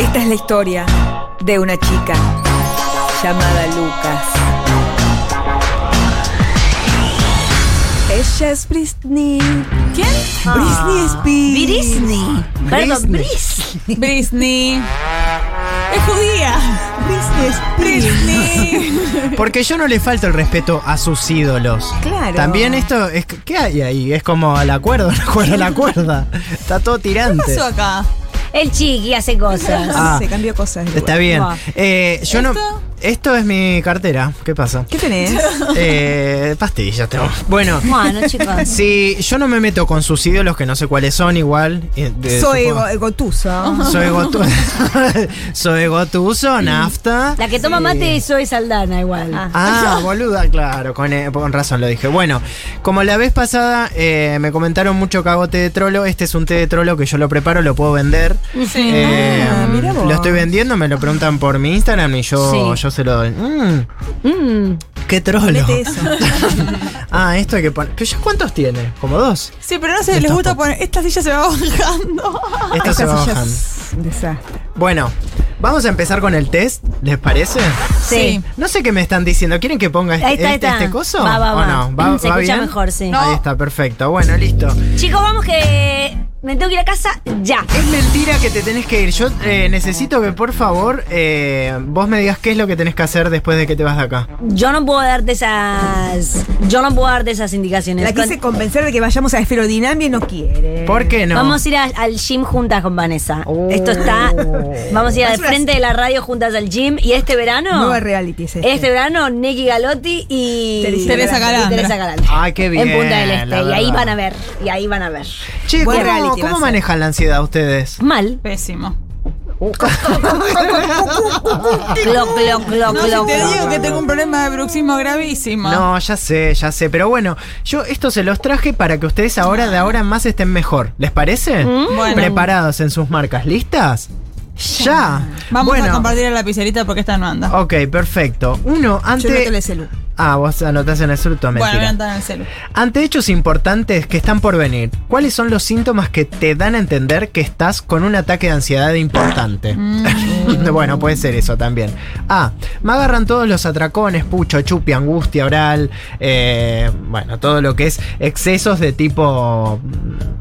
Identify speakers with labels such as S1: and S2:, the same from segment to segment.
S1: Esta es la historia de una chica llamada Lucas. Ella es Britney.
S2: ¿Quién? Ah,
S1: Britney Spears.
S3: Britney. Perdón, Britney.
S2: Britney. Es judía.
S1: Britney Spears.
S2: Britney.
S4: Porque yo no le falto el respeto a sus ídolos.
S1: Claro.
S4: También esto, es, ¿qué hay ahí? Es como al acuerdo, al acuerdo, al acuerdo. Está todo tirante.
S2: ¿Qué pasó acá?
S3: El chiqui hace cosas.
S4: Ah.
S2: Se cambió cosas. de
S4: Está
S2: lugar.
S4: bien.
S2: Va.
S4: Eh, yo no.
S2: ¿Esto?
S4: Esto es mi cartera. ¿Qué pasa?
S2: ¿Qué tenés?
S4: Eh, pastillas tengo. Bueno.
S3: Bueno, chicos.
S4: Si yo no me meto con sus ídolos, que no sé cuáles son igual. eh, de-
S1: Soy
S4: supongo-
S1: go- gotusa.
S4: Soy Gotuso. soy Gotuso, nafta.
S3: La que toma mate es Zoe Saldana igual.
S4: Ah, boluda, claro, con, eh, con razón lo dije. Bueno, como la vez pasada eh, me comentaron mucho que hago té de trolo, este es un té de trolo que yo lo preparo, lo puedo vender.
S2: Sí.
S4: Eh,
S2: Ah, mirá vos.
S4: lo estoy vendiendo, me lo preguntan por mi Instagram y yo,
S3: Sí.
S4: yo se lo doy. Mm,
S3: Mm.
S4: ¡Qué trolo!
S2: Mete eso.
S4: ah, esto hay que poner. ¿Pero ya cuántos tiene? ¿Como dos?
S2: Sí, pero no sé, les
S4: Está
S2: gusta
S4: poco.
S2: poner. Esta silla se va bajando.
S4: Estas se
S1: Estas
S4: bajan.
S1: sillas- Desastre.
S4: Bueno, vamos a empezar con el test, ¿les parece?
S3: Sí.
S4: No sé qué me están diciendo. ¿Quieren que ponga este,
S3: Ahí está, ahí
S4: este-
S3: está.
S4: este coso?
S3: Va, va,
S4: ¿O
S3: va.
S4: no?
S3: Se escucha mejor, sí.
S4: Ahí está, perfecto. Bueno, listo.
S3: Chicos, vamos que me tengo que ir a casa ya.
S4: Es mentira que te tenés que ir. Yo eh, necesito que, por favor, eh, vos me digas qué es lo que tenés que hacer después de que te vas de acá.
S3: Yo no puedo darte esas. Yo no puedo darte esas indicaciones.
S1: La quise
S3: Con-
S1: convencer de que vayamos a Esferodinamia y no quiere.
S4: ¿Por qué no?
S3: Vamos a ir a- al gym juntas con Vanessa.
S4: Oh.
S3: Esto está. Vamos a ir
S1: Es
S3: al
S1: una-
S3: frente de la radio juntas al gym. Y este verano.
S1: Nueva reality es este.
S3: Este verano, Nicky Galotti y
S1: Teresa
S2: Teresa Calandra.
S3: y Teresa Calandra.
S4: Ay, qué bien,
S3: En Punta del Este.
S4: la
S3: Y ahí
S4: verdad.
S3: van a ver. Y ahí van a ver.
S4: Che,
S1: Buen
S4: ¿cómo,
S1: reality va
S4: cómo
S1: a ser.
S4: manejan la ansiedad ustedes?
S3: Mal.
S2: Pésimo.
S3: Cloc, cloc, cloc,
S2: No, si
S3: cloc,
S2: te
S3: cloc.
S2: digo que tengo un problema de bruxismo gravísimo.
S4: No, ya sé, ya sé. Pero bueno, yo esto se los traje para que ustedes ahora de ahora en más estén mejor. ¿Les parece?
S1: Mm.
S2: Bueno.
S4: Preparados en sus marcas. ¿Listas? Ya.
S2: Vamos
S4: bueno, Oh,
S2: a compartir la lapicerita porque esta no anda.
S4: Ok, perfecto. Uno,
S1: Yo no
S4: antes.
S1: te le celu.
S4: Ah, vos anotás en el surto,
S2: bueno, voy a
S4: mentira.
S2: andar en el celu.
S4: Ante hechos importantes que están por venir, ¿cuáles son los síntomas que te dan a entender que estás con un ataque de ansiedad importante?
S3: Mm.
S4: bueno, puede ser eso también. A. Me agarran todos los atracones, pucho, chupi, angustia oral, eh, bueno, todo lo que es excesos de tipo...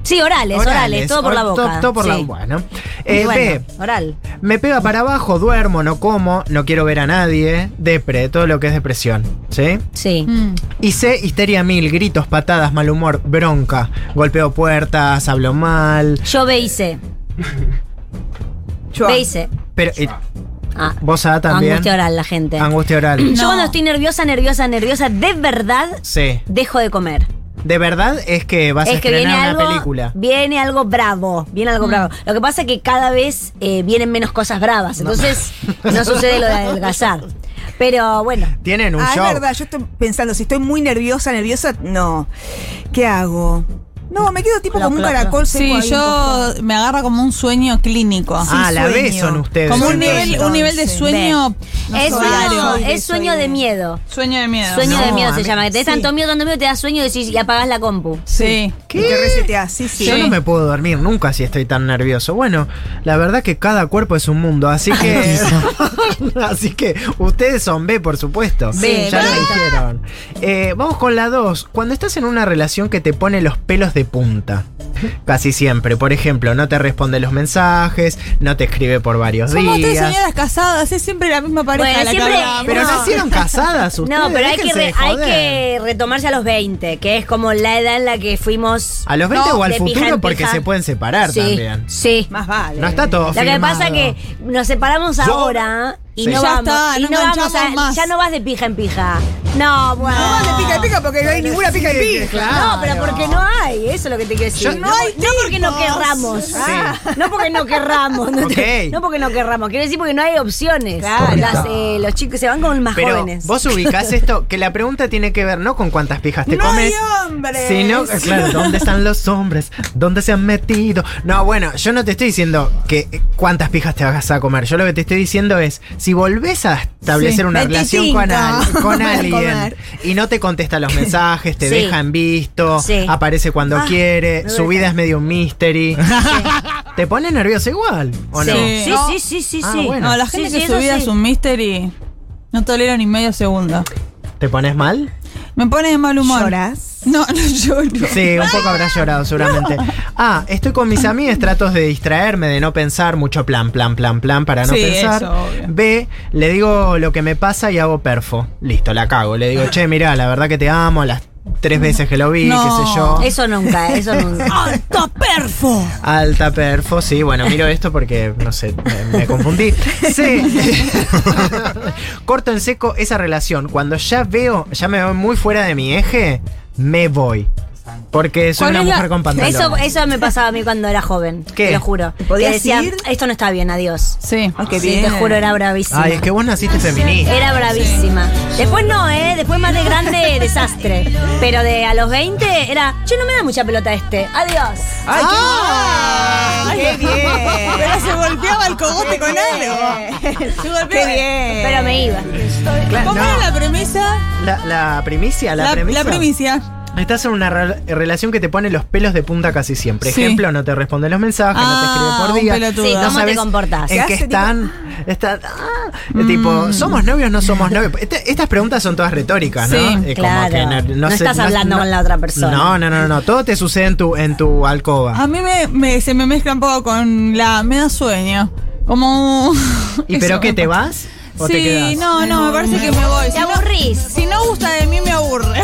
S3: Sí, orales, orales, todo por la
S4: or-
S3: boca.
S4: Todo, todo por la
S3: Sí.
S4: Bueno.
S3: Y
S4: Eh, B.
S3: bueno, oral.
S4: Me pega para abajo, duermo, no como, no quiero ver a nadie, depre, todo lo que es depresión, ¿sí?
S3: Sí.
S2: Mm.
S4: Y C, histeria mil, gritos, patadas, mal humor, bronca. Golpeo puertas, hablo mal.
S3: Yo B y C.
S1: Yo-
S3: B y C.
S4: Pero eh,
S3: Ah,
S4: vos A también.
S3: angustia oral, la gente.
S4: Angustia oral.
S3: Yo
S2: No.
S3: cuando estoy nerviosa, nerviosa, nerviosa, de verdad
S4: Sí.
S3: dejo de comer.
S4: De verdad es que vas a
S3: es que viene
S4: estrenar una
S3: algo,
S4: película.
S3: viene algo bravo, viene
S2: Mm.
S3: algo bravo. Lo que pasa es que cada vez eh, vienen menos cosas bravas, entonces no, sucede lo de adelgazar. Pero bueno,
S4: Tienen un
S1: Ah,
S4: show.
S1: es verdad, yo estoy pensando, si estoy muy nerviosa, nerviosa, no. ¿Qué hago? No, me quedo tipo
S3: Claro,
S1: como un
S3: claro,
S1: caracol seco
S2: Sí,
S1: ahí,
S2: yo me agarra como un sueño clínico.
S4: ah,
S1: sí,
S4: la vez
S1: sueño.
S4: son ustedes.
S2: como un
S4: entonces.
S2: nivel, un nivel de
S1: entonces,
S2: sueño. no
S3: es,
S2: soy
S3: sueño,
S2: algo.
S1: de
S3: es sueño de
S1: soy de-
S3: miedo.
S2: Sueño de miedo.
S3: Sueño
S4: No,
S3: de miedo
S4: a
S3: se
S4: mí-
S3: llama, que te des
S1: sí.
S3: tanto miedo, tanto miedo, te da sueño y, decís- y apagás la compu.
S2: Sí.
S1: Y te reseteás, sí, sí.
S4: Yo
S2: Sí.
S4: no me puedo dormir nunca si estoy tan nervioso. Bueno, la verdad que cada cuerpo es un mundo, así que. así que ustedes son B, por supuesto.
S3: B,
S4: ya lo
S3: B.
S4: dijeron. Eh, vamos con la 2. Cuando estás en una relación que te pone los pelos de punta. Casi siempre. Por ejemplo, no te responde los mensajes, no te escribe por varios
S2: Somos tres
S4: días.
S2: señoras casadas, es siempre la misma pareja
S3: Bueno,
S2: de la
S3: siempre-
S2: que hablamos.
S4: Pero
S3: No.
S4: nacieron casadas ustedes.
S3: No, pero hay que,
S4: déjense
S3: re-
S4: de
S3: hay
S4: joder.
S3: que retomarse a los 20, que es como la edad en la que fuimos...
S4: A los 20
S3: No,
S4: o al
S3: de pija
S4: futuro,
S3: en
S4: porque
S3: pija.
S4: se pueden separar
S3: sí,
S4: también.
S3: Sí.
S1: Más vale.
S4: No está todo
S3: Lo que
S4: firmado.
S3: pasa que nos separamos ahora y
S4: Sí.
S3: no
S2: Ya
S3: vamos.
S2: está,
S3: y
S2: no
S3: no vamos a-
S2: enganchamos más.
S3: Ya no vas de pija en pija. No, bueno.
S1: No vas de pica en pica porque no hay ninguna pica en
S4: Sí,
S1: pica.
S4: claro.
S3: No, pero porque no hay, eso es lo que te quiero decir.
S4: Yo-
S3: no, no porque no querramos. Ah,
S4: Sí.
S3: No porque no querramos. No, te-
S4: Ok.
S3: no porque no querramos. Quiero decir porque no hay opciones.
S1: Claro.
S3: Las, eh, los chicos se van con más
S4: Pero
S3: jóvenes.
S4: vos ubicás esto, que la pregunta tiene que ver no con cuántas pijas te
S1: No
S4: comes.
S1: hay hombres.
S4: Sino, claro, ¿dónde están los hombres? ¿Dónde se han metido? No, bueno, yo no te estoy diciendo que eh, cuántas pijas te vas a comer. Yo lo que te estoy diciendo es, Si volvés a establecer
S2: Sí.
S4: una relación con,
S1: 25.
S4: al- con
S1: Voy a
S4: alguien
S1: comer.
S4: y no te contesta los mensajes, te
S3: Sí.
S4: deja en visto,
S3: Sí.
S4: aparece cuando
S3: Ah,
S4: quiere,
S3: me
S4: su
S3: duele.
S4: vida es medio un mystery. ¿Te pone nervioso igual? ¿O
S3: sí.
S4: no?
S2: Sí.
S3: sí,
S2: No.
S3: sí, sí, sí,
S4: Ah,
S3: sí.
S4: bueno.
S2: No, la
S3: Sí,
S2: gente
S3: sí,
S2: que
S3: eso
S2: su vida
S3: sí.
S2: es un mystery no tolero ni medio segundo.
S4: ¿Te pones mal?
S2: Me pone de mal humor.
S1: ¿Lloras?
S2: No, no lloro.
S4: Sí, un poco habrás llorado seguramente. Ah, estoy con mis amigas, trato de distraerme, de no pensar, mucho plan, plan, plan, plan para no
S2: Sí,
S4: pensar.
S2: eso, obvio.
S4: B, le digo lo que me pasa y hago perfo. Listo, la cago. Le digo, che, mirá, la verdad que te amo, las tres veces que lo vi,
S2: No.
S4: qué sé yo.
S3: Eso nunca, eh, eso nunca.
S2: ¡Alto perfo!
S4: Alta perfo, sí, bueno, miro esto porque, no sé, me, me confundí. Sí. Corto en seco esa relación. Cuando ya veo, ya me veo muy fuera de mi eje, me voy. Porque soy
S2: ¿Cuál
S4: una
S2: es la-
S4: mujer con pantalones.
S3: Eso, eso me pasaba a mí cuando era joven,
S4: ¿Qué?
S3: te lo juro.
S1: ¿Te podías
S3: Que decía,
S1: ir?
S3: esto no está bien, adiós.
S2: Sí.
S1: Ah, qué
S3: Sí,
S1: bien.
S3: te juro, era bravísima.
S4: Ay, es que vos naciste feminista.
S3: Era bravísima. Después no, ¿eh? Después más de grande, desastre. Pero de a los 20 era, yo no me da mucha pelota este. Adiós.
S1: ¡Ay, qué, bien!
S2: Pero se golpeaba el cogote con algo. Se golpeaba.
S1: ¡Qué bien!
S3: Pero me iba.
S4: Claro,
S2: ¿Cómo
S4: no.
S2: era la premisa?
S4: La, la primicia, la,
S2: La,
S4: premisa.
S2: la premisa.
S4: Estás en una re- relación que te pone los pelos de punta casi siempre.
S2: Sí.
S4: Ejemplo, no te responde los mensajes,
S2: Ah,
S4: no te
S2: un
S4: escribe por día.
S2: pelotudo. Sí,
S4: no
S3: ¿cómo te
S4: sabes
S3: comportás?
S4: ¿En
S1: Se
S4: qué
S1: hace
S4: están? Están- ah, Tipo, ¿somos novios no somos novios? Este- estas preguntas son todas retóricas, ¿no?
S2: Sí,
S4: Eh, como
S3: claro. No estás hablando con la otra persona.
S4: No, no, no, no. Todo te sucede en tu, en tu alcoba.
S2: A mí me, me- se me mezcla un poco con la. Me da sueño. Como.
S4: ¿Y pero
S2: eso
S4: qué
S2: me
S4: te
S2: pasa.
S4: vas? ¿O
S2: sí,
S4: te quedas?
S2: no, no, me parece que me voy.
S3: Te
S2: Si no-
S3: aburrís.
S2: si no gusta de mí, me aburre.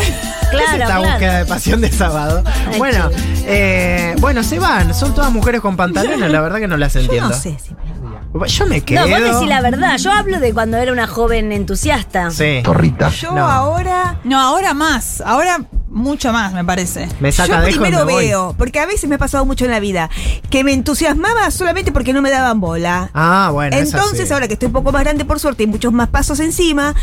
S4: ¿Qué es
S3: Claro,
S4: esta
S3: claro.
S4: búsqueda de pasión de sábado? Bueno, eh, bueno, se van. Son todas mujeres con pantalones, la verdad que no las entiendo.
S1: No sé si me-
S4: Yo me quedo.
S3: No, vos decís la verdad. Yo hablo de cuando era una joven entusiasta.
S4: Sí.
S5: Torrita.
S1: Yo
S4: No.
S1: ahora.
S2: No, ahora más. Ahora mucho más, me parece.
S4: Me saca
S1: yo
S4: de
S1: primero veo, porque a veces me ha pasado mucho en la vida, que me entusiasmaba solamente porque no me daban bola.
S4: Ah, bueno. es
S1: Entonces,
S4: así.
S1: ahora que estoy un poco más grande, por suerte, y muchos más pasos encima,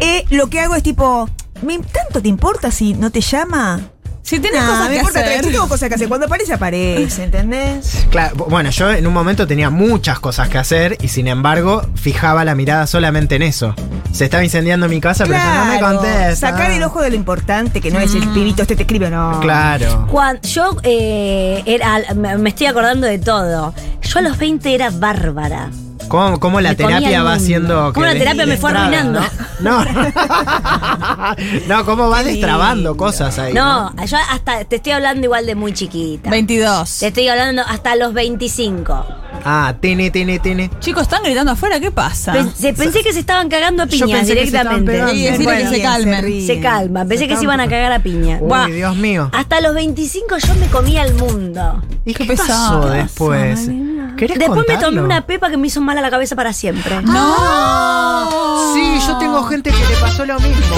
S1: eh, lo que hago es tipo, ¿me, ¿tanto te importa si no te llama?
S2: Si tenés
S1: Nah,
S2: cosas
S1: me
S2: que
S1: importa
S2: hacer.
S1: tres chicos, cosas que hacer. Cuando aparece, aparece, ¿entendés?
S4: Claro, bu- bueno, yo en un momento tenía muchas cosas que hacer y sin embargo fijaba la mirada solamente en eso. Se estaba incendiando mi casa, pero yo no me contesta. Mm.
S1: sacar el ojo de lo importante, que no es el pibito, este te escribe, no.
S4: Claro.
S3: Cuan- yo eh, era, me me estoy acordando de todo. Yo a los 20 era bárbara.
S4: ¿Cómo, cómo la
S3: Me comía
S4: terapia
S3: el
S4: va
S3: mundo.
S4: haciendo.
S3: Cómo la
S4: de-
S3: terapia me fue
S4: destraba,
S3: arruinando.
S4: No. No, No, cómo va destrabando cosas ahí.
S3: No, yo hasta te estoy hablando igual de muy chiquita.
S2: 22.
S3: Te estoy hablando hasta los 25.
S4: Ah, tini, tini, tini.
S2: Chicos, están gritando afuera, ¿qué pasa?
S3: Pen- se- pensé que se estaban cagando a
S4: Yo
S3: piñas
S4: pensé que se estaban
S3: directamente.
S4: pegando.
S2: y decirle
S1: Bueno,
S2: que se
S1: bien, se
S2: calmen.
S1: ríe.
S3: Se calma, pensé que se iban a cagar a piña.
S4: Uy,
S3: Buah.
S4: Dios mío.
S3: Hasta los 25 yo me comía el mundo.
S4: ¿Y qué,
S2: qué
S4: pasó
S2: pesada.
S4: después? ¿Querés
S3: Después me tomé
S4: contarlo? Ah,
S3: una pepa que me hizo mal a la cabeza para siempre.
S2: ¡No!
S4: Sí, yo tengo gente que le pasó lo mismo.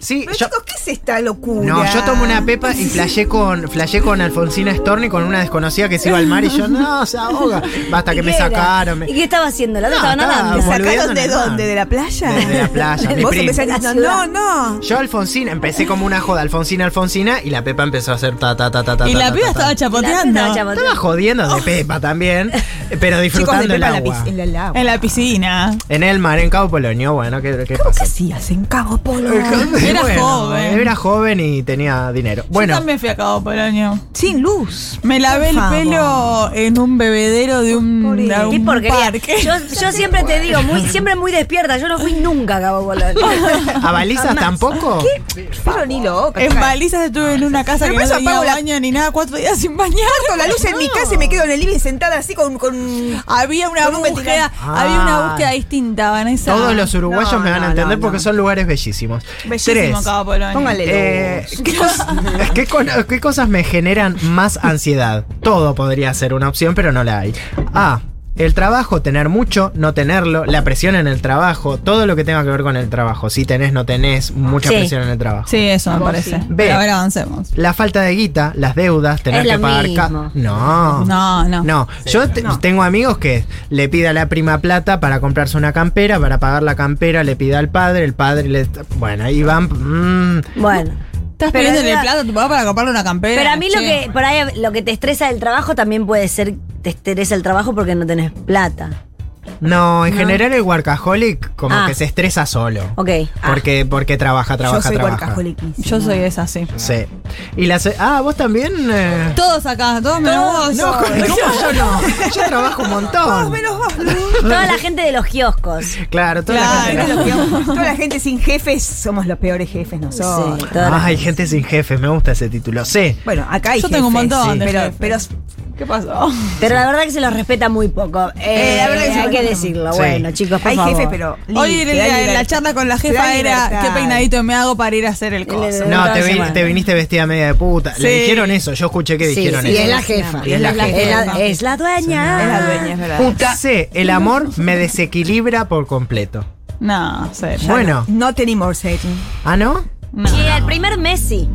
S4: Sí,
S1: Pero
S4: yo,
S1: chicos, ¿qué es esta locura?
S4: No, yo tomé una pepa y flashé con, flashé con Alfonsina Storni con una desconocida que se iba al mar y yo, no, se ahoga. Basta que me
S3: ¿Qué era?
S4: sacaron. me-
S3: ¿Y qué estaba haciendo? La
S4: No,
S3: otra estaba
S4: estaba
S3: nadando.
S1: ¿Te sacaron
S4: boludeando
S1: de
S4: en el mar.
S1: dónde? ¿De la playa?
S4: Desde la playa, mi
S1: Vos
S4: primo.
S1: empezás diciendo, no, no.
S4: Yo Alfonsina, empecé como una joda, Alfonsina, Alfonsina, y la pepa empezó a hacer ta, ta, ta, ta, ta.
S2: Y la
S4: ta,
S2: piba
S4: ta, ta.
S2: estaba chapoteando.
S3: Estaba chapoteando.
S4: Estaba jodiendo de pepa también, pero
S1: Oh. Chicos,
S4: disfrutando
S1: de
S4: el
S1: Pepa la
S4: agua.
S1: pis- en el agua.
S2: En la piscina.
S4: En el mar, en Cabo Polonio, bueno, ¿qué, qué
S1: ¿Cómo que
S4: pasa?
S1: hacías en Cabo Polo?
S2: Era joven.
S4: Era joven y tenía dinero. Bueno,
S2: Yo también fui a Cabo Polonio.
S1: Sin luz.
S2: Me lavé
S1: Por
S2: el
S1: favor.
S2: pelo en un bebedero de un,
S1: Pobre.
S2: de un
S3: Qué porquería.
S2: parque.
S3: Yo, yo siempre te digo, muy, siempre muy despierta. Yo no fui nunca a Cabo Polonio.
S4: ¿a balizas tampoco?
S1: Pero ni loca.
S2: en balizas estuve en una casa
S1: Pero
S2: que
S1: por
S2: no
S1: eso
S2: tenía
S1: apago la-
S2: baño ni nada, cuatro días sin bañar.
S1: Corto la luz en mi casa y me quedo en el living sentada así con. con
S2: Había una
S1: Con un
S2: búsqueda,
S4: ventilador.
S2: había
S4: Ah.
S2: una búsqueda distinta, Vanessa.
S4: Todos los uruguayos
S1: No,
S4: me van a
S1: no,
S4: entender
S1: no,
S4: porque
S1: no.
S4: son lugares bellísimos.
S2: Bellísimo
S4: Tres.
S2: Cabo Polonio.
S1: Póngale luz.
S4: Eh, ¿qué, cos- qué con- qué cosas me generan más ansiedad? Todo podría ser una opción, pero no la hay. A. El trabajo, tener mucho, no tenerlo, la presión en el trabajo, todo lo que tenga que ver con el trabajo. Si tenés, no tenés, mucha
S3: Sí.
S4: presión en el trabajo.
S2: Sí, eso me parece.
S4: Ve.
S2: Pero a ver, avancemos.
S4: La falta de guita, las deudas, tener
S3: Es lo
S4: que pagar ca-
S3: mismo.
S4: No.
S2: No, no.
S4: No, yo te- tengo amigos que le pide a la prima plata para comprarse una campera, para pagar la campera le pide al padre, el padre le... Bueno, ahí van... mm,
S3: Bueno.
S2: Estás
S3: Pero
S2: pidiéndole
S3: era-
S2: plata a tu papá para comprarle una campera.
S3: Pero a mí lo
S2: che.
S3: que, por ahí, lo que te estresa del trabajo también puede ser, te estresa el trabajo porque no tenés plata.
S4: No, en general el workaholic como
S3: Ah.
S4: que se estresa solo.
S3: Ok. ah,
S4: Porque, porque trabaja, trabaja,
S1: Yo soy
S4: trabaja.
S1: workaholiquísima.
S2: Yo soy esa, sí.
S4: Sí. Y la se- ah, vos también. eh?
S2: Todos acá, todos menudos.
S4: No, yo no. Yo trabajo un montón.
S1: Menos vos, Lu.
S3: Toda la gente de los kioscos.
S4: Claro, toda la
S2: Claro.
S4: gente-
S1: Menos los que- Toda la gente sin jefes somos los peores jefes nosotros.
S3: Sí, toda la-
S4: Ay, gente sin jefe, me gusta ese título. Sí.
S1: Bueno, acá hay
S2: Yo tengo un
S1: jefes,
S2: montón de
S1: pero,
S2: jefes.
S1: pero
S2: ¿Qué pasó?
S3: Pero la verdad que se los respeta muy poco. Eh,
S1: Eh, la verdad que se
S3: hay
S1: los
S3: que
S1: respeta-
S3: decirlo.
S4: Sí.
S3: Bueno, chicos, por
S1: hay
S3: favor.
S1: jefes, pero.
S2: Hoy
S1: Lili,
S2: la,
S1: te da
S2: la
S1: libertad.
S2: charla con la
S1: Te
S2: jefa
S1: da
S2: era
S1: libertad.
S2: qué peinadito me hago para ir a hacer el
S3: Le- le-
S2: coso.
S4: No, te,
S3: Toda
S4: vi-
S3: semana.
S4: te viniste vestida media de puta. Le
S2: Sí.
S4: dijeron eso, yo escuché que
S3: Sí,
S4: dijeron
S3: sí,
S4: eso.
S3: es la jefa.
S4: Y es la jefa.
S3: Es la, es la dueña.
S1: Es la dueña, es verdad.
S4: C, el amor me desequilibra por completo.
S2: No, serio.
S4: Bueno,
S1: No tenemos Satan.
S4: ¿ah, no?
S2: No.
S3: Sí, el primer mes sí.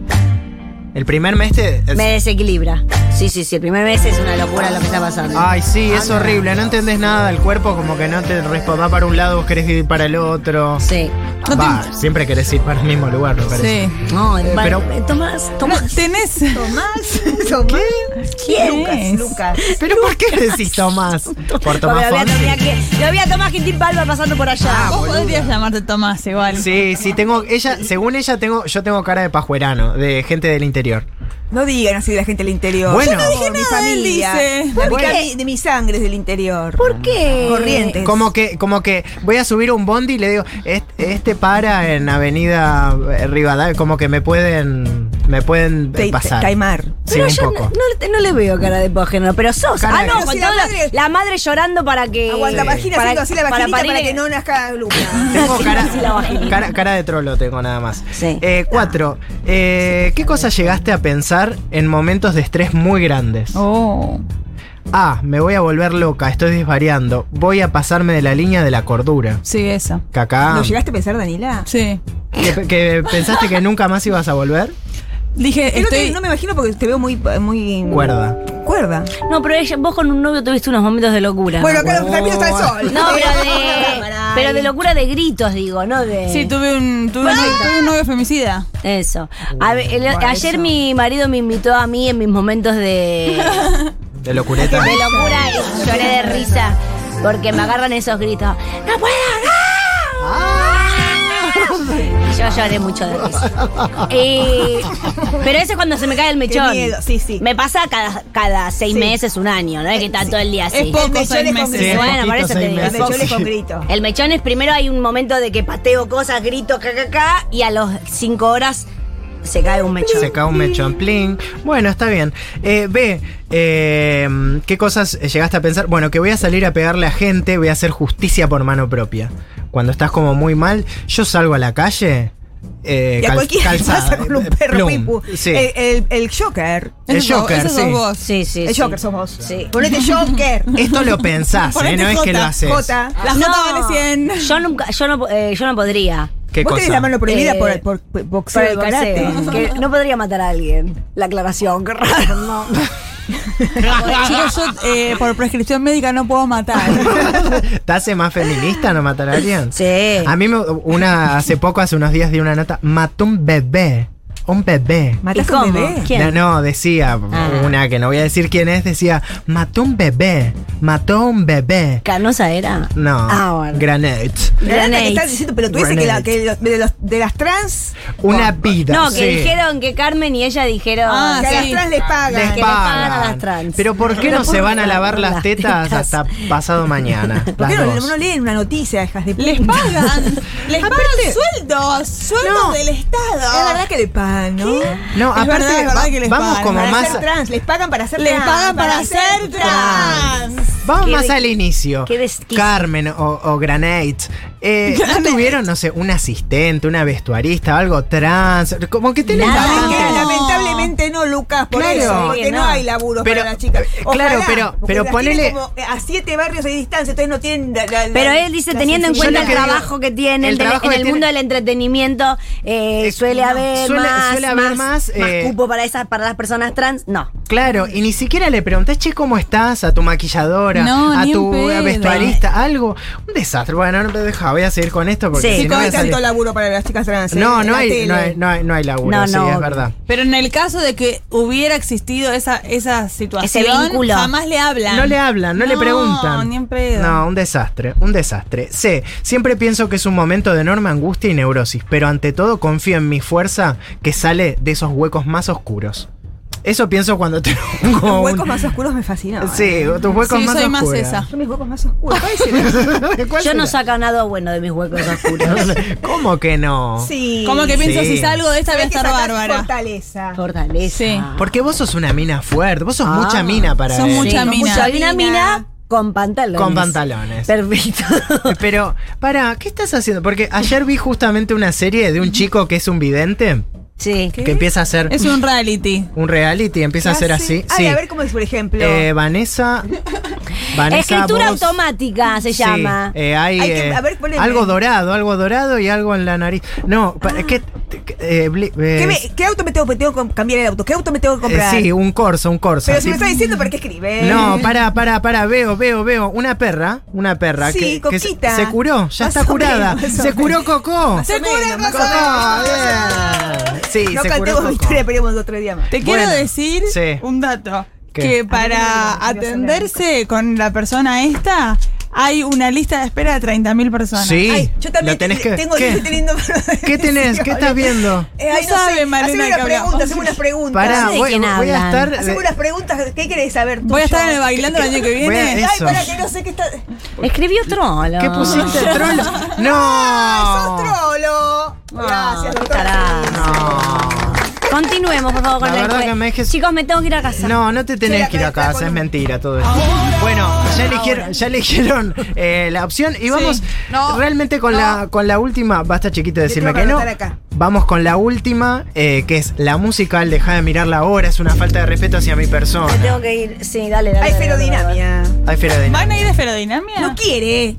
S4: El primer mes te. es-
S3: Me desequilibra. Sí, sí, sí. El primer mes es una locura lo que está pasando.
S1: Ah.
S4: Ay, sí, es horrible. No entendés nada del cuerpo, como que no te responda para un lado, vos querés ir para el otro.
S3: Sí.
S2: No
S4: Va,
S2: te-
S4: siempre querés ir para el mismo lugar, me parece.
S2: Sí.
S3: No,
S4: Eh,
S3: bueno,
S4: pero-
S3: eh, Tomás,
S2: No,
S3: Tomás.
S2: tenés.
S1: Tomás. Tomás.
S2: ¿Quién
S1: Lucas.
S4: ¿Pero por qué decís Tomás? Por
S3: Porque
S4: Tomás
S3: lo había,
S4: Fonsi.
S3: Tomás que, lo había Tomás Quintín Palma pasando por allá.
S1: Ah,
S2: Vos podrías llamarte Tomás igual.
S4: Sí, sí, tengo. Ella, según ella, tengo, yo tengo cara de pajuerano, de gente del interior.
S1: No digan así de la gente del interior.
S4: Bueno.
S1: Yo no dije nada, mi familia.
S2: él dice.
S1: La
S4: ¿Por
S1: mitad
S4: qué?
S1: de, de mi sangre es del interior.
S3: ¿Por qué?
S1: Corrientes.
S4: Como que, como que voy a subir un bondi y le digo, este, este para en Avenida eh, Rivadavia, como que me pueden, me pueden eh,
S1: Te- te-
S4: pasar.
S1: Caimar.
S4: Sí,
S3: Pero
S4: un
S3: yo no,
S4: poco.
S3: no- no le veo cara de pógeno, pero sos.
S4: Cara
S3: ah,
S4: de-
S3: no,
S4: Pero
S3: con
S1: si la
S3: toda la,
S1: madre-
S3: la madre llorando para que.
S1: Aguanta
S4: Sí.
S1: vagina
S3: Eh, para-
S1: haciendo así la
S3: para
S1: vaginita para,
S3: parir-
S1: que no nazca Lucas.
S4: Tengo cara,
S3: Sí, la vaginita.
S4: cara, cara de trolo tengo nada más.
S3: Sí.
S4: Eh, cuatro, eh, ¿qué cosas llegaste a pensar en momentos de estrés muy grandes?
S2: Oh.
S4: A, me voy a volver loca, estoy desvariando, voy a pasarme de la línea de la cordura.
S2: Sí, esa.
S4: Que acá-
S1: ¿Lo llegaste a pensar, Danila?
S2: Sí.
S4: que, que pensaste que nunca más ibas a volver,
S2: Dije,
S1: Yo no, te-
S2: estoy.
S1: no me imagino porque te veo muy. muy
S4: cuerda.
S1: Cuerda.
S3: No, pero ella- vos con un novio tuviste unos momentos de locura.
S1: Bueno, acá
S4: bueno.
S1: también está el sol.
S3: No, pero de. pero de locura de gritos, digo, no de.
S2: Sí, tuve un, tuve
S1: Ah.
S2: un, tuve un novio femicida.
S3: Eso. A ver, el- ayer mi marido me invitó a mí en mis momentos de,
S4: De locureta.
S3: de locura y lloré de risa porque me agarran esos gritos. ¡No puedo!
S1: Ah.
S3: ¡no! Y yo lloré mucho de risa. Y- pero eso es cuando se me cae el mechón.
S1: miedo, sí, sí.
S3: Me pasa cada, cada seis
S1: Sí.
S3: meses, un año, ¿no? Es que está todo el día así.
S2: Es poco
S1: mechón
S2: seis
S1: es
S2: meses.
S4: Sí, es
S3: bueno,
S4: poquito,
S3: por eso te
S4: seis
S3: digo.
S1: Las
S4: meses.
S1: mechones con grito.
S3: El mechón es primero hay un momento de que pateo cosas, grito, caca, y a los cinco horas se cae un mechón.
S4: Se cae un mechón, pling. Bueno, está bien. Eh, B, eh, ¿qué cosas llegaste a pensar? Bueno, que voy a salir a pegarle a gente, voy a hacer justicia por mano propia. Cuando estás como muy mal, yo salgo a la calle. Eh,
S1: Y a
S4: cal-
S1: cualquiera le
S4: calzada,
S1: pasa con un
S4: eh,
S1: perro
S4: plum.
S1: pipu. Eh,
S4: Sí.
S1: El, el, el Joker.
S4: El
S2: Ese sos-
S4: Joker,
S2: ese
S4: sí.
S2: sos vos.
S3: Sí, sí.
S1: El
S3: sí.
S1: Joker sos vos.
S3: Sí.
S1: Ponete Joker.
S4: Esto lo pensás, eh,
S2: Ponete
S4: no es que lo
S2: Jota,
S4: haces.
S1: Jota.
S2: La J vale 100.
S3: Ah, Yo nunca, yo no, eh, yo no podría.
S4: ¿Qué
S1: Vos tenés la
S4: cosa?
S1: mano prohibida
S3: Eh,
S1: por, por, por boxeo
S3: Por el
S1: y karate.
S3: boxeo. Que no podría matar a alguien. La aclaración, qué raro, no.
S2: Chicos, yo eh, por prescripción médica no puedo matar.
S4: ¿Te hace más feminista no matar a alguien?
S3: Sí.
S4: A mí me, una, hace poco, hace unos días, di una nota. Mató un bebé. Un bebé.
S1: ¿Mataste
S3: ¿Y
S1: a un
S3: cómo?
S1: bebé?
S3: ¿Quién?
S4: No, no, decía
S3: Ah.
S4: una que no voy a decir quién es, decía, mató un bebé, mató un bebé.
S3: Canosa era.
S4: No,
S3: Ah, bueno.
S4: Granate.
S1: La neta que
S3: Grenades.
S1: estás diciendo, pero tú dices que, la-
S4: Grenades.
S1: que lo- de, los- de las trans.
S4: Una vida.
S3: No, que
S4: sí.
S3: dijeron que Carmen y ella dijeron.
S2: Ah,
S1: que a las
S2: sí.
S1: trans les
S4: Les
S1: pagan.
S3: que le pagan a las trans.
S4: Pero ¿por qué
S3: Pero
S4: no
S3: ¿por
S4: se
S3: qué
S4: van a
S3: no
S4: lavar las tetas hasta pasado mañana?
S1: ¿Por qué
S4: las
S1: no,
S4: dos?
S1: no leen una noticia, hijas de puta?
S2: Les pagan. Les pagan sueldos. Sueldos
S1: No.
S2: del Estado.
S1: Es verdad que le pagan, ¿no?
S4: No,
S2: Es
S4: aparte,
S2: verdad, es verdad
S4: va-
S2: que les
S4: vamos
S2: pagan.
S4: como
S1: Para
S4: más,
S1: ser trans, les pagan para ser
S2: Les
S1: trans.
S2: pagan para ser trans.
S4: vamos
S3: Qué
S4: más
S3: de-
S4: al inicio.
S3: qué desquicio.
S4: Carmen o, o Granate. eh, ¿no tuvieron, no sé, un asistente, una vestuarista, algo trans? Como que tienen
S3: Nada.
S1: ¿Saben qué?
S4: bastante-
S2: No.
S1: Lamentablemente no, Lucas, por
S4: Claro.
S1: eso,
S3: Sí,
S1: porque no.
S3: no.
S1: hay laburo
S4: Pero,
S1: para las chicas.
S4: eh, claro, pero-
S1: porque
S4: pero
S1: las
S4: ponele-
S1: tienen como eh, a siete barrios de distancia, entonces no tienen. la- la- la-
S3: Pero él dice,
S1: la
S3: teniendo en
S4: Yo
S3: cuenta
S4: lo
S3: el
S4: que digo-
S3: trabajo que tiene,
S4: el
S3: el tele-
S4: trabajo
S3: en
S4: que
S3: el
S4: tiene-
S3: mundo del entretenimiento, eh,
S4: Eh,
S3: suele
S4: no,
S3: haber
S4: suele-
S3: más,
S4: suele haber más, eh,
S3: cupo para esas, para las personas trans. No.
S4: Claro, y ni siquiera le preguntás, che, ¿cómo estás? A tu maquilladora,
S2: No,
S4: a
S2: ni
S4: tu
S2: en pedo.
S4: vestuarista, algo. Un desastre. Bueno, no te deja, voy a seguir con esto porque
S3: Sí,
S4: si
S1: Sí,
S4: no
S1: no
S4: voy
S1: hay
S4: a salir-
S1: tanto laburo para las chicas trans. ¿eh?
S4: No,
S1: En
S4: no
S1: la
S4: hay,
S1: tele.
S4: no hay, no hay, no hay laburo,
S3: No,
S4: sí,
S3: no.
S4: es verdad.
S2: Pero en el caso de que que hubiera existido esa, esa situación,
S3: vínculo.
S2: jamás le hablan.
S4: No le hablan, no, le
S2: No,
S4: preguntan.
S2: ni en pedo.
S4: No, un desastre, un desastre. C. Siempre pienso que es un momento de enorme angustia y neurosis, pero ante todo confío en mi fuerza que sale de esos huecos más oscuros. Eso pienso cuando tengo
S1: Los
S4: un-
S1: huecos más oscuros me fascinan.
S4: Sí, tus huecos
S2: Sí,
S4: más
S2: soy más
S4: oscuros.
S2: esa.
S1: Yo mis huecos más oscuros. ¿cuál será?
S4: ¿Cuál
S3: Yo no
S4: será?
S3: saco nada bueno de mis huecos oscuros.
S4: ¿Cómo que no?
S1: sí.
S2: Como que pienso, si salgo de esta, voy a
S1: Hay que
S2: estar
S1: sacar
S2: bárbara.
S1: Fortaleza.
S3: Fortaleza.
S2: Sí.
S4: Porque vos sos una mina fuerte, vos sos
S3: Ah.
S4: mucha mina para
S2: Sos
S4: él.
S2: mucha
S3: Sí, con
S2: mina.
S3: Hay una mina con pantalones.
S4: Con pantalones. Eh,
S3: Perfecto.
S4: Pero, para, ¿qué estás haciendo? Porque ayer vi justamente una serie de un chico que es un vidente
S3: Sí.
S4: que empieza a hacer
S2: Es un reality.
S4: un reality, empieza a hacer así.
S1: Ah, Ay,
S4: sí.
S1: a ver cómo es, por ejemplo.
S4: Eh, Vanessa. Vanessa
S3: Escritura
S4: vos-
S3: automática se
S4: Sí,
S3: llama.
S4: eh, hay,
S1: Hay que-
S4: eh,
S1: a ver, poneme. Ah.
S4: algo dorado, algo dorado y algo en la nariz. No, para, ¿qué? qué- eh, bli-
S1: ¿Qué,
S4: eh,
S1: me- qué auto me tengo, que- tengo que cambiar el auto? ¿Qué auto me tengo que
S4: eh,
S1: comprar?
S4: sí, un corso, un corso.
S1: Pero si me
S4: Tipo-
S1: está diciendo, ¿para qué escribe?
S4: No, para, para, para, veo, veo, veo. Una perra, una perra
S1: Sí,
S4: que, que se-
S1: Coquita.
S4: se, curó, ya
S1: Más
S4: está
S1: o
S4: curada.
S1: menos, más
S4: se
S1: o
S4: curó
S1: menos.
S4: Coco.
S1: Se cura,
S4: Coco, bien. Sí,
S1: No
S4: se curó
S1: cantemos
S4: Coco.
S1: victoria, peleemos otro día más.
S2: Te
S4: Bueno,
S2: quiero decir
S4: sí.
S2: un dato.
S4: ¿Qué?
S2: Que
S1: Ah,
S2: para
S1: mira, mira, mira,
S2: atenderse con la persona esta, hay una lista de espera de 30.000 personas.
S4: Sí,
S1: Ay, yo también
S4: lo tenés
S1: te-
S4: que-
S1: tengo
S4: ¿qué?
S1: estoy teniendo
S4: ¿Qué tenés? ¿Qué estás viendo?
S1: Eh, ay,
S2: No
S1: no
S2: sabe,
S1: sé.
S2: Malena,
S1: Haceme
S2: que
S1: unas
S2: hablamos.
S1: preguntas, haceme unas preguntas.
S4: Pará,
S3: sé de
S4: voy,
S3: quién
S4: voy a
S3: hablan.
S4: estar. eh,
S1: Haceme unas preguntas. ¿Qué querés saber tú?
S2: Voy a estar en
S1: yo?
S2: el bailando el año que
S4: Voy a-
S2: viene.
S1: Ay,
S4: Eso.
S1: para que no sé qué está.
S3: Escribió trolo.
S4: ¿Qué pusiste? ¿Troll?
S1: ¡Sos
S4: ¡No!
S1: trolo! Ah, Gracias,
S3: qué
S1: doctor.
S3: carajo. Continuemos, por favor, con
S4: La
S3: la,
S4: verdad
S3: encuesta.
S4: que me dejes-
S3: Chicos, me tengo que ir a casa.
S4: No, no, no te tenés
S1: Sí, la
S4: que ir a
S1: cabeza
S4: casa,
S1: con
S4: es
S1: un-
S4: mentira todo esto. Bueno, ya eligieron, ya eligieron eh, la opción y vamos
S2: No.
S4: realmente con, la, con la última. Basta chiquito de decirme
S1: tengo que
S4: que no.
S1: anotar acá.
S4: Vamos con la última, eh, que es la musical. Deja de mirar la hora, es una falta de respeto hacia mi persona.
S3: Me tengo que ir. Sí, dale, dale.
S1: Hay
S3: dale, dale, dale.
S1: ferodinamia.
S4: Ay, Fero de
S2: ¿Van a ir de esferodinamia?
S1: No quiere.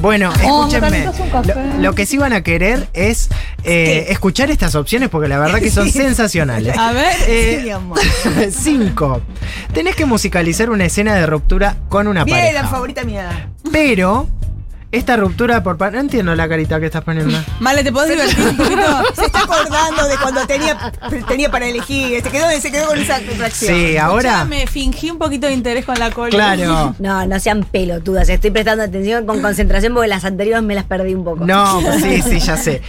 S4: Bueno,
S2: Oh,
S4: escúchenme.
S2: Macarito, es un café.
S4: Lo, lo que sí van a querer es eh, escuchar estas opciones porque la verdad que son sensacionales.
S2: A ver.
S4: Eh,
S1: Mi amor.
S4: 5. Tenés que musicalizar una escena de ruptura con una
S1: Bien, la
S4: pareja.
S1: favorita mía.
S4: Pero esta ruptura por parte. No entiendo la carita que estás poniendo.
S2: Male, ¿te podés divertir un poquito?
S1: Se está acordando de cuando tenía, tenía para elegir. Se quedó, se quedó con esa atracción.
S4: Sí, ahora.
S2: Me fingí un poquito de interés con la cola.
S4: Claro.
S3: No, no sean pelotudas. Estoy prestando atención con concentración porque las anteriores me las perdí un poco.
S4: No, pues sí, sí, ya sé.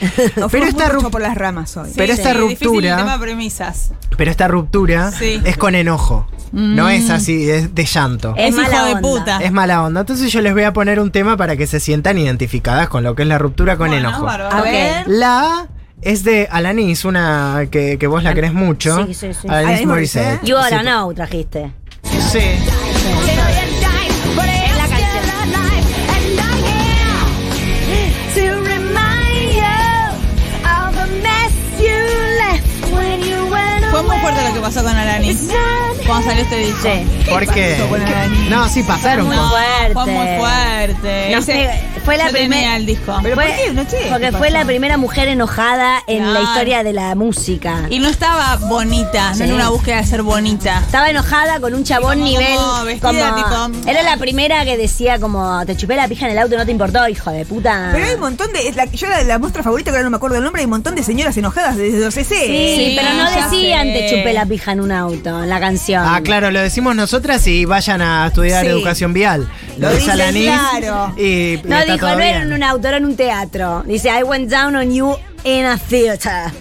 S4: Pero esta,
S1: rucho
S4: ru-
S1: por las ramas hoy.
S4: Pero esta
S2: Difícil
S4: ruptura-
S2: el tema premisas.
S4: pero esta ruptura
S2: Sí.
S4: es con enojo. No es así, es de llanto.
S3: Es
S2: Es, hijo
S3: mala
S2: de
S3: onda.
S2: puta.
S4: Es mala onda. Entonces yo les voy a poner un tema para que se sientan identificadas con lo que es la ruptura con
S2: Bueno,
S4: enojo.
S2: bárbaro.
S3: A
S2: A
S3: ver.
S2: ver.
S4: La A es de Alanis, una que, que vos la querés mucho.
S3: Sí, sí, sí.
S4: Alanis,
S1: Alanis
S4: Morissette.
S1: Morissette.
S3: You are now trajiste.
S4: Sí.
S2: Fue muy fuerte lo que pasó con Alanis. Cuando salió este disco.
S3: Sí.
S4: ¿Por qué?
S1: con Alanis?
S4: No, sí, pasaron.
S3: Muy
S4: con-
S3: fuerte.
S2: Fue muy fuerte.
S3: No, fue la
S2: yo tenía
S3: primera-
S2: el disco.
S1: Pero ¿por qué? No sé.
S3: Porque fue la primera mujer enojada en la
S2: Claro.
S3: historia de la música.
S2: Y no estaba bonita,
S3: Sí.
S2: no era una búsqueda de ser bonita.
S3: Estaba enojada con un chabón
S2: Como-
S3: nivel.
S2: como vestida, tipo-
S3: Era la primera que decía como te chupé la pija en el auto y no te importó, hijo de puta.
S1: Pero hay un montón de. es la- yo la, la muestra favorita, que ahora no me acuerdo el nombre, hay un montón de señoras enojadas desde los CC.
S3: Sí,
S2: Sí,
S3: pero no
S2: ya
S3: decían
S2: sé.
S3: te chupé la pija en un auto en la canción.
S4: Ah, claro, lo decimos nosotras y vayan a estudiar
S1: Sí.
S4: educación vial. Lo,
S1: Lo dicen,
S4: dice Alanis.
S1: claro.
S4: Y, y
S3: No
S4: está
S3: dijo,
S4: todo
S3: no era
S4: bien.
S3: en un auto, era en un teatro. Dice, I went down on you in a theater.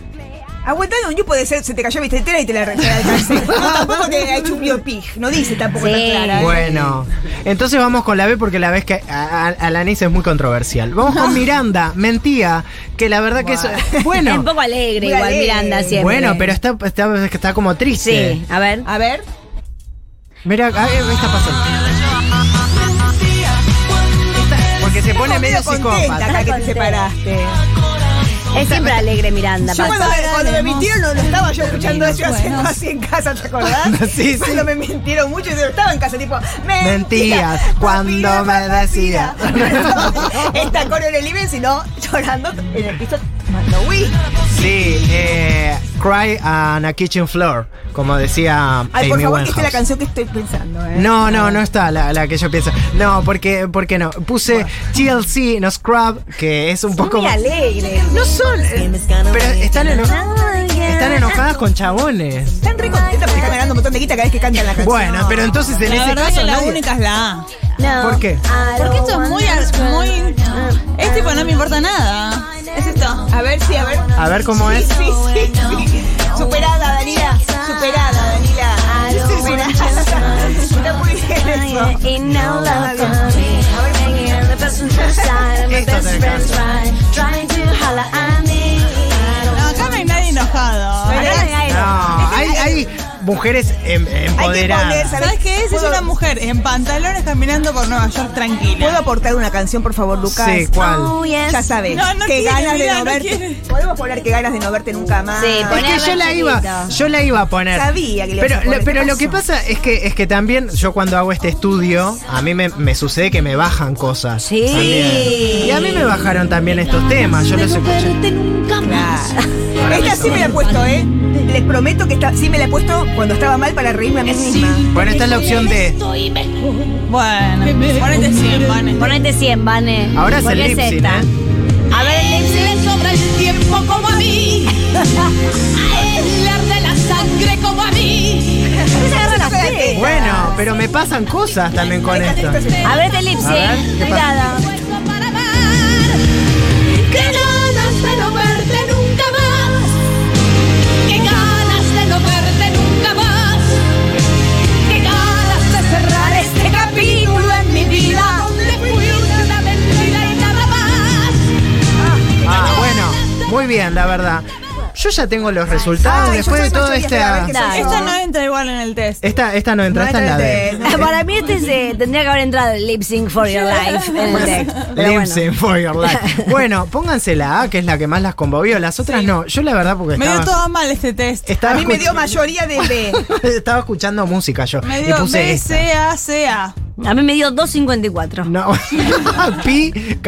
S1: Aguantando, yo puede ser, se te cayó mi tetera y te la regalé. No, tampoco te ha hecho un biopic. No dice tampoco
S3: Sí.
S1: tan clara. ¿eh?
S4: Bueno, entonces vamos con la B porque la B es que a- a- Alanis es muy controversial. Vamos con Miranda, mentía, que la verdad que es
S3: Es un
S4: bueno.
S3: poco alegre
S1: Muy
S3: igual
S1: alegre.
S3: Miranda siempre.
S4: Bueno, pero Ah, está, está, está como triste.
S3: Sí, a ver.
S1: A ver.
S4: Mira, a ver, ¿qué está pasando? Está- Porque se pone medio
S1: contenta
S4: psicópata.
S1: acá que te separaste.
S3: Es siempre alegre Miranda.
S1: Yo cuando,
S3: pasa.
S1: cuando me mintieron no, no estaba yo escuchando eso, yo haciendo así en casa, ¿te acordás?
S4: Sí, sí.
S1: Cuando me mintieron mucho, yo estaba en casa, tipo,
S4: Mentiras,
S1: mentiras,
S4: cuando me decía.
S1: Esta coreo en el living, sino llorando en el piso. Lo vi.
S4: Sí, eh, Cry on a Kitchen Floor, como decía
S1: Ay, por
S4: Amy
S1: favor, que esté la
S4: Winehouse.
S1: canción que estoy pensando, ¿eh?
S4: No, no, no está la, la que yo pienso. No, porque, porque no. Puse TLC, no Scrub, que es un poco.
S1: Muy alegre.
S4: No son. eh, Pero están, eno- están enojadas con chabones.
S1: Están re contentas porque están ganando un montón de guita cada vez que cantan la canción.
S4: Bueno, pero entonces en
S2: La
S4: ese
S2: verdad
S4: caso.
S2: que la
S4: nadie-
S2: única es la A.
S4: ¿Por qué?
S2: Porque esto es muy, ar- muy. Es tipo, no me importa nada. Es esto.
S1: A ver, sí, a ver.
S4: A ver cómo es.
S1: Sí, sí, sí. Superada, Danila. Superada, Danila. Superada. Está muy bien eso.
S2: No, acá no hay nadie enojado. Acá-
S4: No, hay, hay mujeres
S1: Hay
S4: em-
S1: que poner,
S4: empoderadas.
S2: ¿Sabes qué es? Es una mujer en pantalones caminando por Nueva York
S1: ¿Puedo
S2: tranquila.
S1: aportar una canción, por favor, Lucas?
S4: Sí, ¿cuál?
S3: Oh,
S1: Ya sabes.
S2: No, no
S1: que
S2: quiere,
S1: ganas
S2: mira,
S1: de no
S2: no
S1: verte.
S2: quiere.
S1: Podemos poner que ganas de no verte nunca más.
S3: Sí,
S4: Es
S3: Poné a
S4: que yo
S3: ver,
S4: la iba,
S3: chiquito.
S4: yo la iba a poner.
S1: Sabía que le ibas
S4: pero
S1: a poner,
S4: lo, pero
S1: ¿qué
S4: lo que
S1: pasó?
S4: pasa es que es que también yo cuando hago este estudio, a mí me, me sucede que me bajan cosas.
S3: Sí.
S4: también. Y a mí me bajaron también estos temas, yo los escuché.
S1: Claro. Esta sí me la he puesto, ¿eh? Les prometo que esta sí me la he puesto cuando estaba mal para reírme a mí misma.
S4: Bueno, esta es la opción de
S2: Bueno, ponete 100, Vane.
S3: Ponete 100, Vane.
S4: Ahora es el
S3: Porque
S4: lip-sync,
S3: esta.
S4: ¿eh?
S3: A ver el lip-sync.
S5: le sobra el tiempo como a mí. A él le arde la sangre como a mí.
S4: Bueno, pero me pasan cosas también con esto.
S3: A ver este el lip-sync.
S4: ¿eh? A ver, ¿qué
S3: No hay
S4: pasa?
S3: nada.
S5: Puesto para amar. Qué ganas de no verte nunca más. Qué ganas de no verte nunca más. Qué ganas de cerrar este capítulo en mi vida. Donde fui una mentira y nada más.
S4: Ah, bueno, muy bien, la verdad. Yo ya tengo los resultados
S1: Ay, yo
S4: después de
S1: soy
S4: todo
S1: macho y
S4: este.
S1: espera, a ver qué
S3: Dale.
S2: Esta no entra igual en el test.
S4: Esta, esta no entra,
S1: No
S4: esta es la
S1: entra
S4: de.
S1: el de-
S3: Para mí este se, tendría que haber entrado el lip-sync for your life en el deck. Pero bueno.
S4: Lipsing for your life. Bueno, pónganse la A, que es la que más las conmovió. Las otras no. Yo la verdad porque
S2: Me dio
S4: estaba,
S2: todo mal este test.
S1: A
S4: estaba
S1: mí me
S4: escuch-
S1: dio mayoría de B.
S4: estaba escuchando música yo.
S2: Me
S4: y
S2: dio
S4: puse
S2: B,
S4: esta.
S2: C, A, C, A.
S3: A mí me dio 2.54.
S4: No. Pi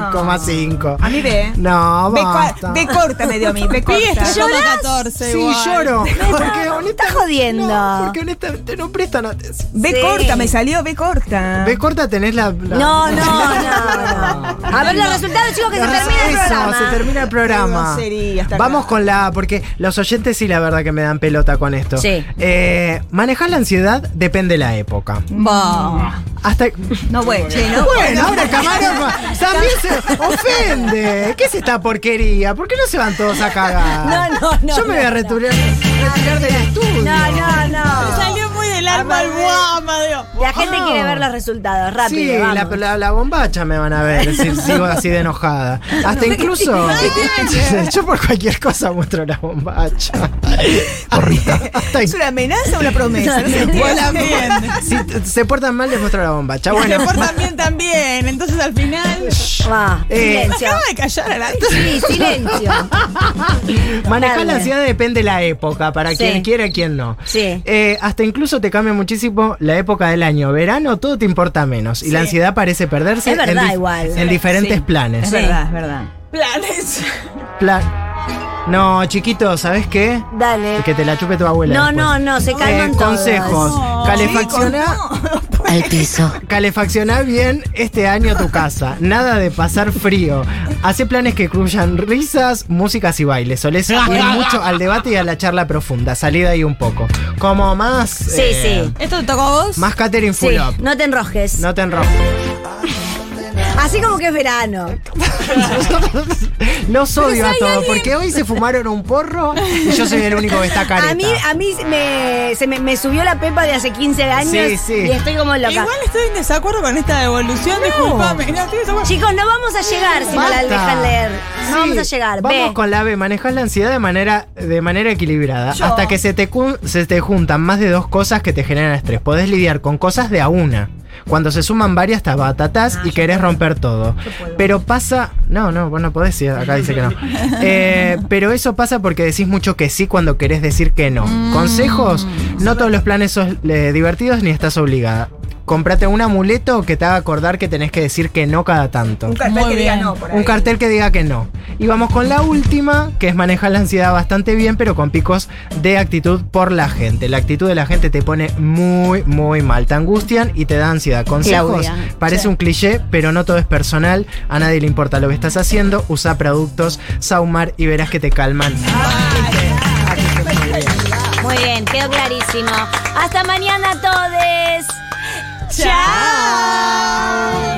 S4: 14,5.
S1: A mí B.
S4: No,
S1: B,
S4: basta.
S1: cua- B corta me dio a mí, B
S2: Pi
S1: corta.
S2: está como 14
S4: Sí,
S2: igual.
S4: lloro. Porque
S3: no, me
S4: honesta-
S3: estás jodiendo.
S4: No, porque honestamente no prestan atención.
S1: B
S3: Sí.
S1: corta, me salió B corta.
S4: Ve corta tenés la. la-
S3: No, no, no, no. A ver los resultados, chicos, que se
S4: Los
S3: termina el
S4: resultados,
S3: programa.
S4: se termina el programa.
S1: Qué grosería hasta acá.
S4: Vamos con la A, porque los oyentes sí la verdad que me dan pelota con esto.
S3: Sí.
S4: Eh, manejar la ansiedad depende de la época.
S2: Bah.
S4: Hasta
S1: No, bueno, che, no.
S4: Bueno, ahora el camarógrafo también se ofende. ¿Qué es esta porquería? ¿Por qué no se van todos a cagar?
S3: No, no, no,
S4: Yo me voy a
S3: no.
S4: retirar, retirar del estudio.
S3: No,
S1: Ah,
S3: no, no.
S2: Salió muy del alma al guama, Dios.
S3: La gente
S4: Ah.
S3: quiere ver los resultados,
S4: Sí,
S3: rápido.
S4: la,
S3: vamos.
S4: la- la bombacha me van a ver si sigo así de enojada. Hasta incluso. Yo por cualquier cosa muestro la bombacha. Hasta
S1: ¿Es una amenaza o una promesa? No se entiende.
S2: Vos también.
S4: Si t- se portan mal, les muestro la bombacha.
S2: Se
S4: Bueno,
S2: portan bien también. Entonces al final.
S3: Va,
S4: Eh,
S3: silencio.
S2: Acaba de callar a la.
S3: Sí, silencio.
S4: manejar la
S3: Dale.
S4: ansiedad depende de la época, para
S3: Sí.
S4: quien quiera y quien no.
S3: Sí.
S4: Eh, hasta incluso te cambia muchísimo la época del año. Verano todo te importa menos y la ansiedad parece perderse
S3: Es verdad,
S4: en, dif-
S3: igual.
S4: en diferentes planes.
S3: Sí.
S1: es verdad.
S2: Planes.
S4: Pla- no, chiquito, ¿sabes qué?
S3: Dale.
S4: Que te la chupe tu abuela.
S3: No,
S4: después.
S3: no, no, se calman
S4: Eh,
S3: todos.
S4: consejos. Calefacciona,
S6: Al piso.
S4: calefacciona bien este año tu casa. Nada de pasar frío. Hace planes que incluyan risas, músicas y bailes. Solés ir mucho al debate y a la charla profunda. Salida ahí un poco. Como más. eh,
S3: Sí, sí.
S2: ¿Esto te tocó a vos?
S4: Más catering full
S3: Sí,
S4: up.
S3: no te enrojes.
S4: No te enrojes.
S3: Así como que es verano.
S4: Los odio a todos, porque hoy se fumaron un porro y yo soy el único que está careta.
S3: A mí, a mí me, se me, me subió la pepa de hace 15 años
S4: Sí, sí.
S3: y estoy como loca.
S2: Igual estoy en desacuerdo con esta devolución. Disculpame. No, estoy en desacuerdo.
S3: Chicos, no vamos a llegar si no la
S4: Basta.
S3: dejan leer.
S4: Sí,
S3: No vamos a llegar.
S4: Vamos
S3: Ve.
S4: con la B. Manejas la ansiedad de manera, de manera equilibrada.
S1: Yo.
S4: Hasta que se te, cu- se te juntan más de dos cosas que te generan estrés. Podés lidiar con cosas de a una. Cuando se suman varias te abatatás
S3: Ah,
S4: y querés romper todo. Pero pasa. No, no, vos no podés ir. Acá dice que no. Eh, pero eso pasa porque decís mucho que sí cuando
S3: Mm.
S4: querés decir que no. Consejos: no todos los planes son eh, divertidos ni estás obligada. Comprate un amuleto que te haga acordar que tenés que decir que no cada tanto.
S1: Un cartel
S2: Muy
S1: que diga
S2: bien.
S1: no por ahí.
S4: Un cartel que diga que no. Y vamos con la última, que es manejar la ansiedad bastante bien, pero con picos de actitud por la gente. La actitud de la gente te pone muy, muy mal. Te angustian y te da ansiedad. Consejos.
S6: Claudia,
S4: Parece un cliché, pero no todo es personal. A nadie le importa lo que estás haciendo. Usa productos Saumar y verás que te calman.
S3: Muy bien, quedó clarísimo. Hasta mañana, todes. Chao.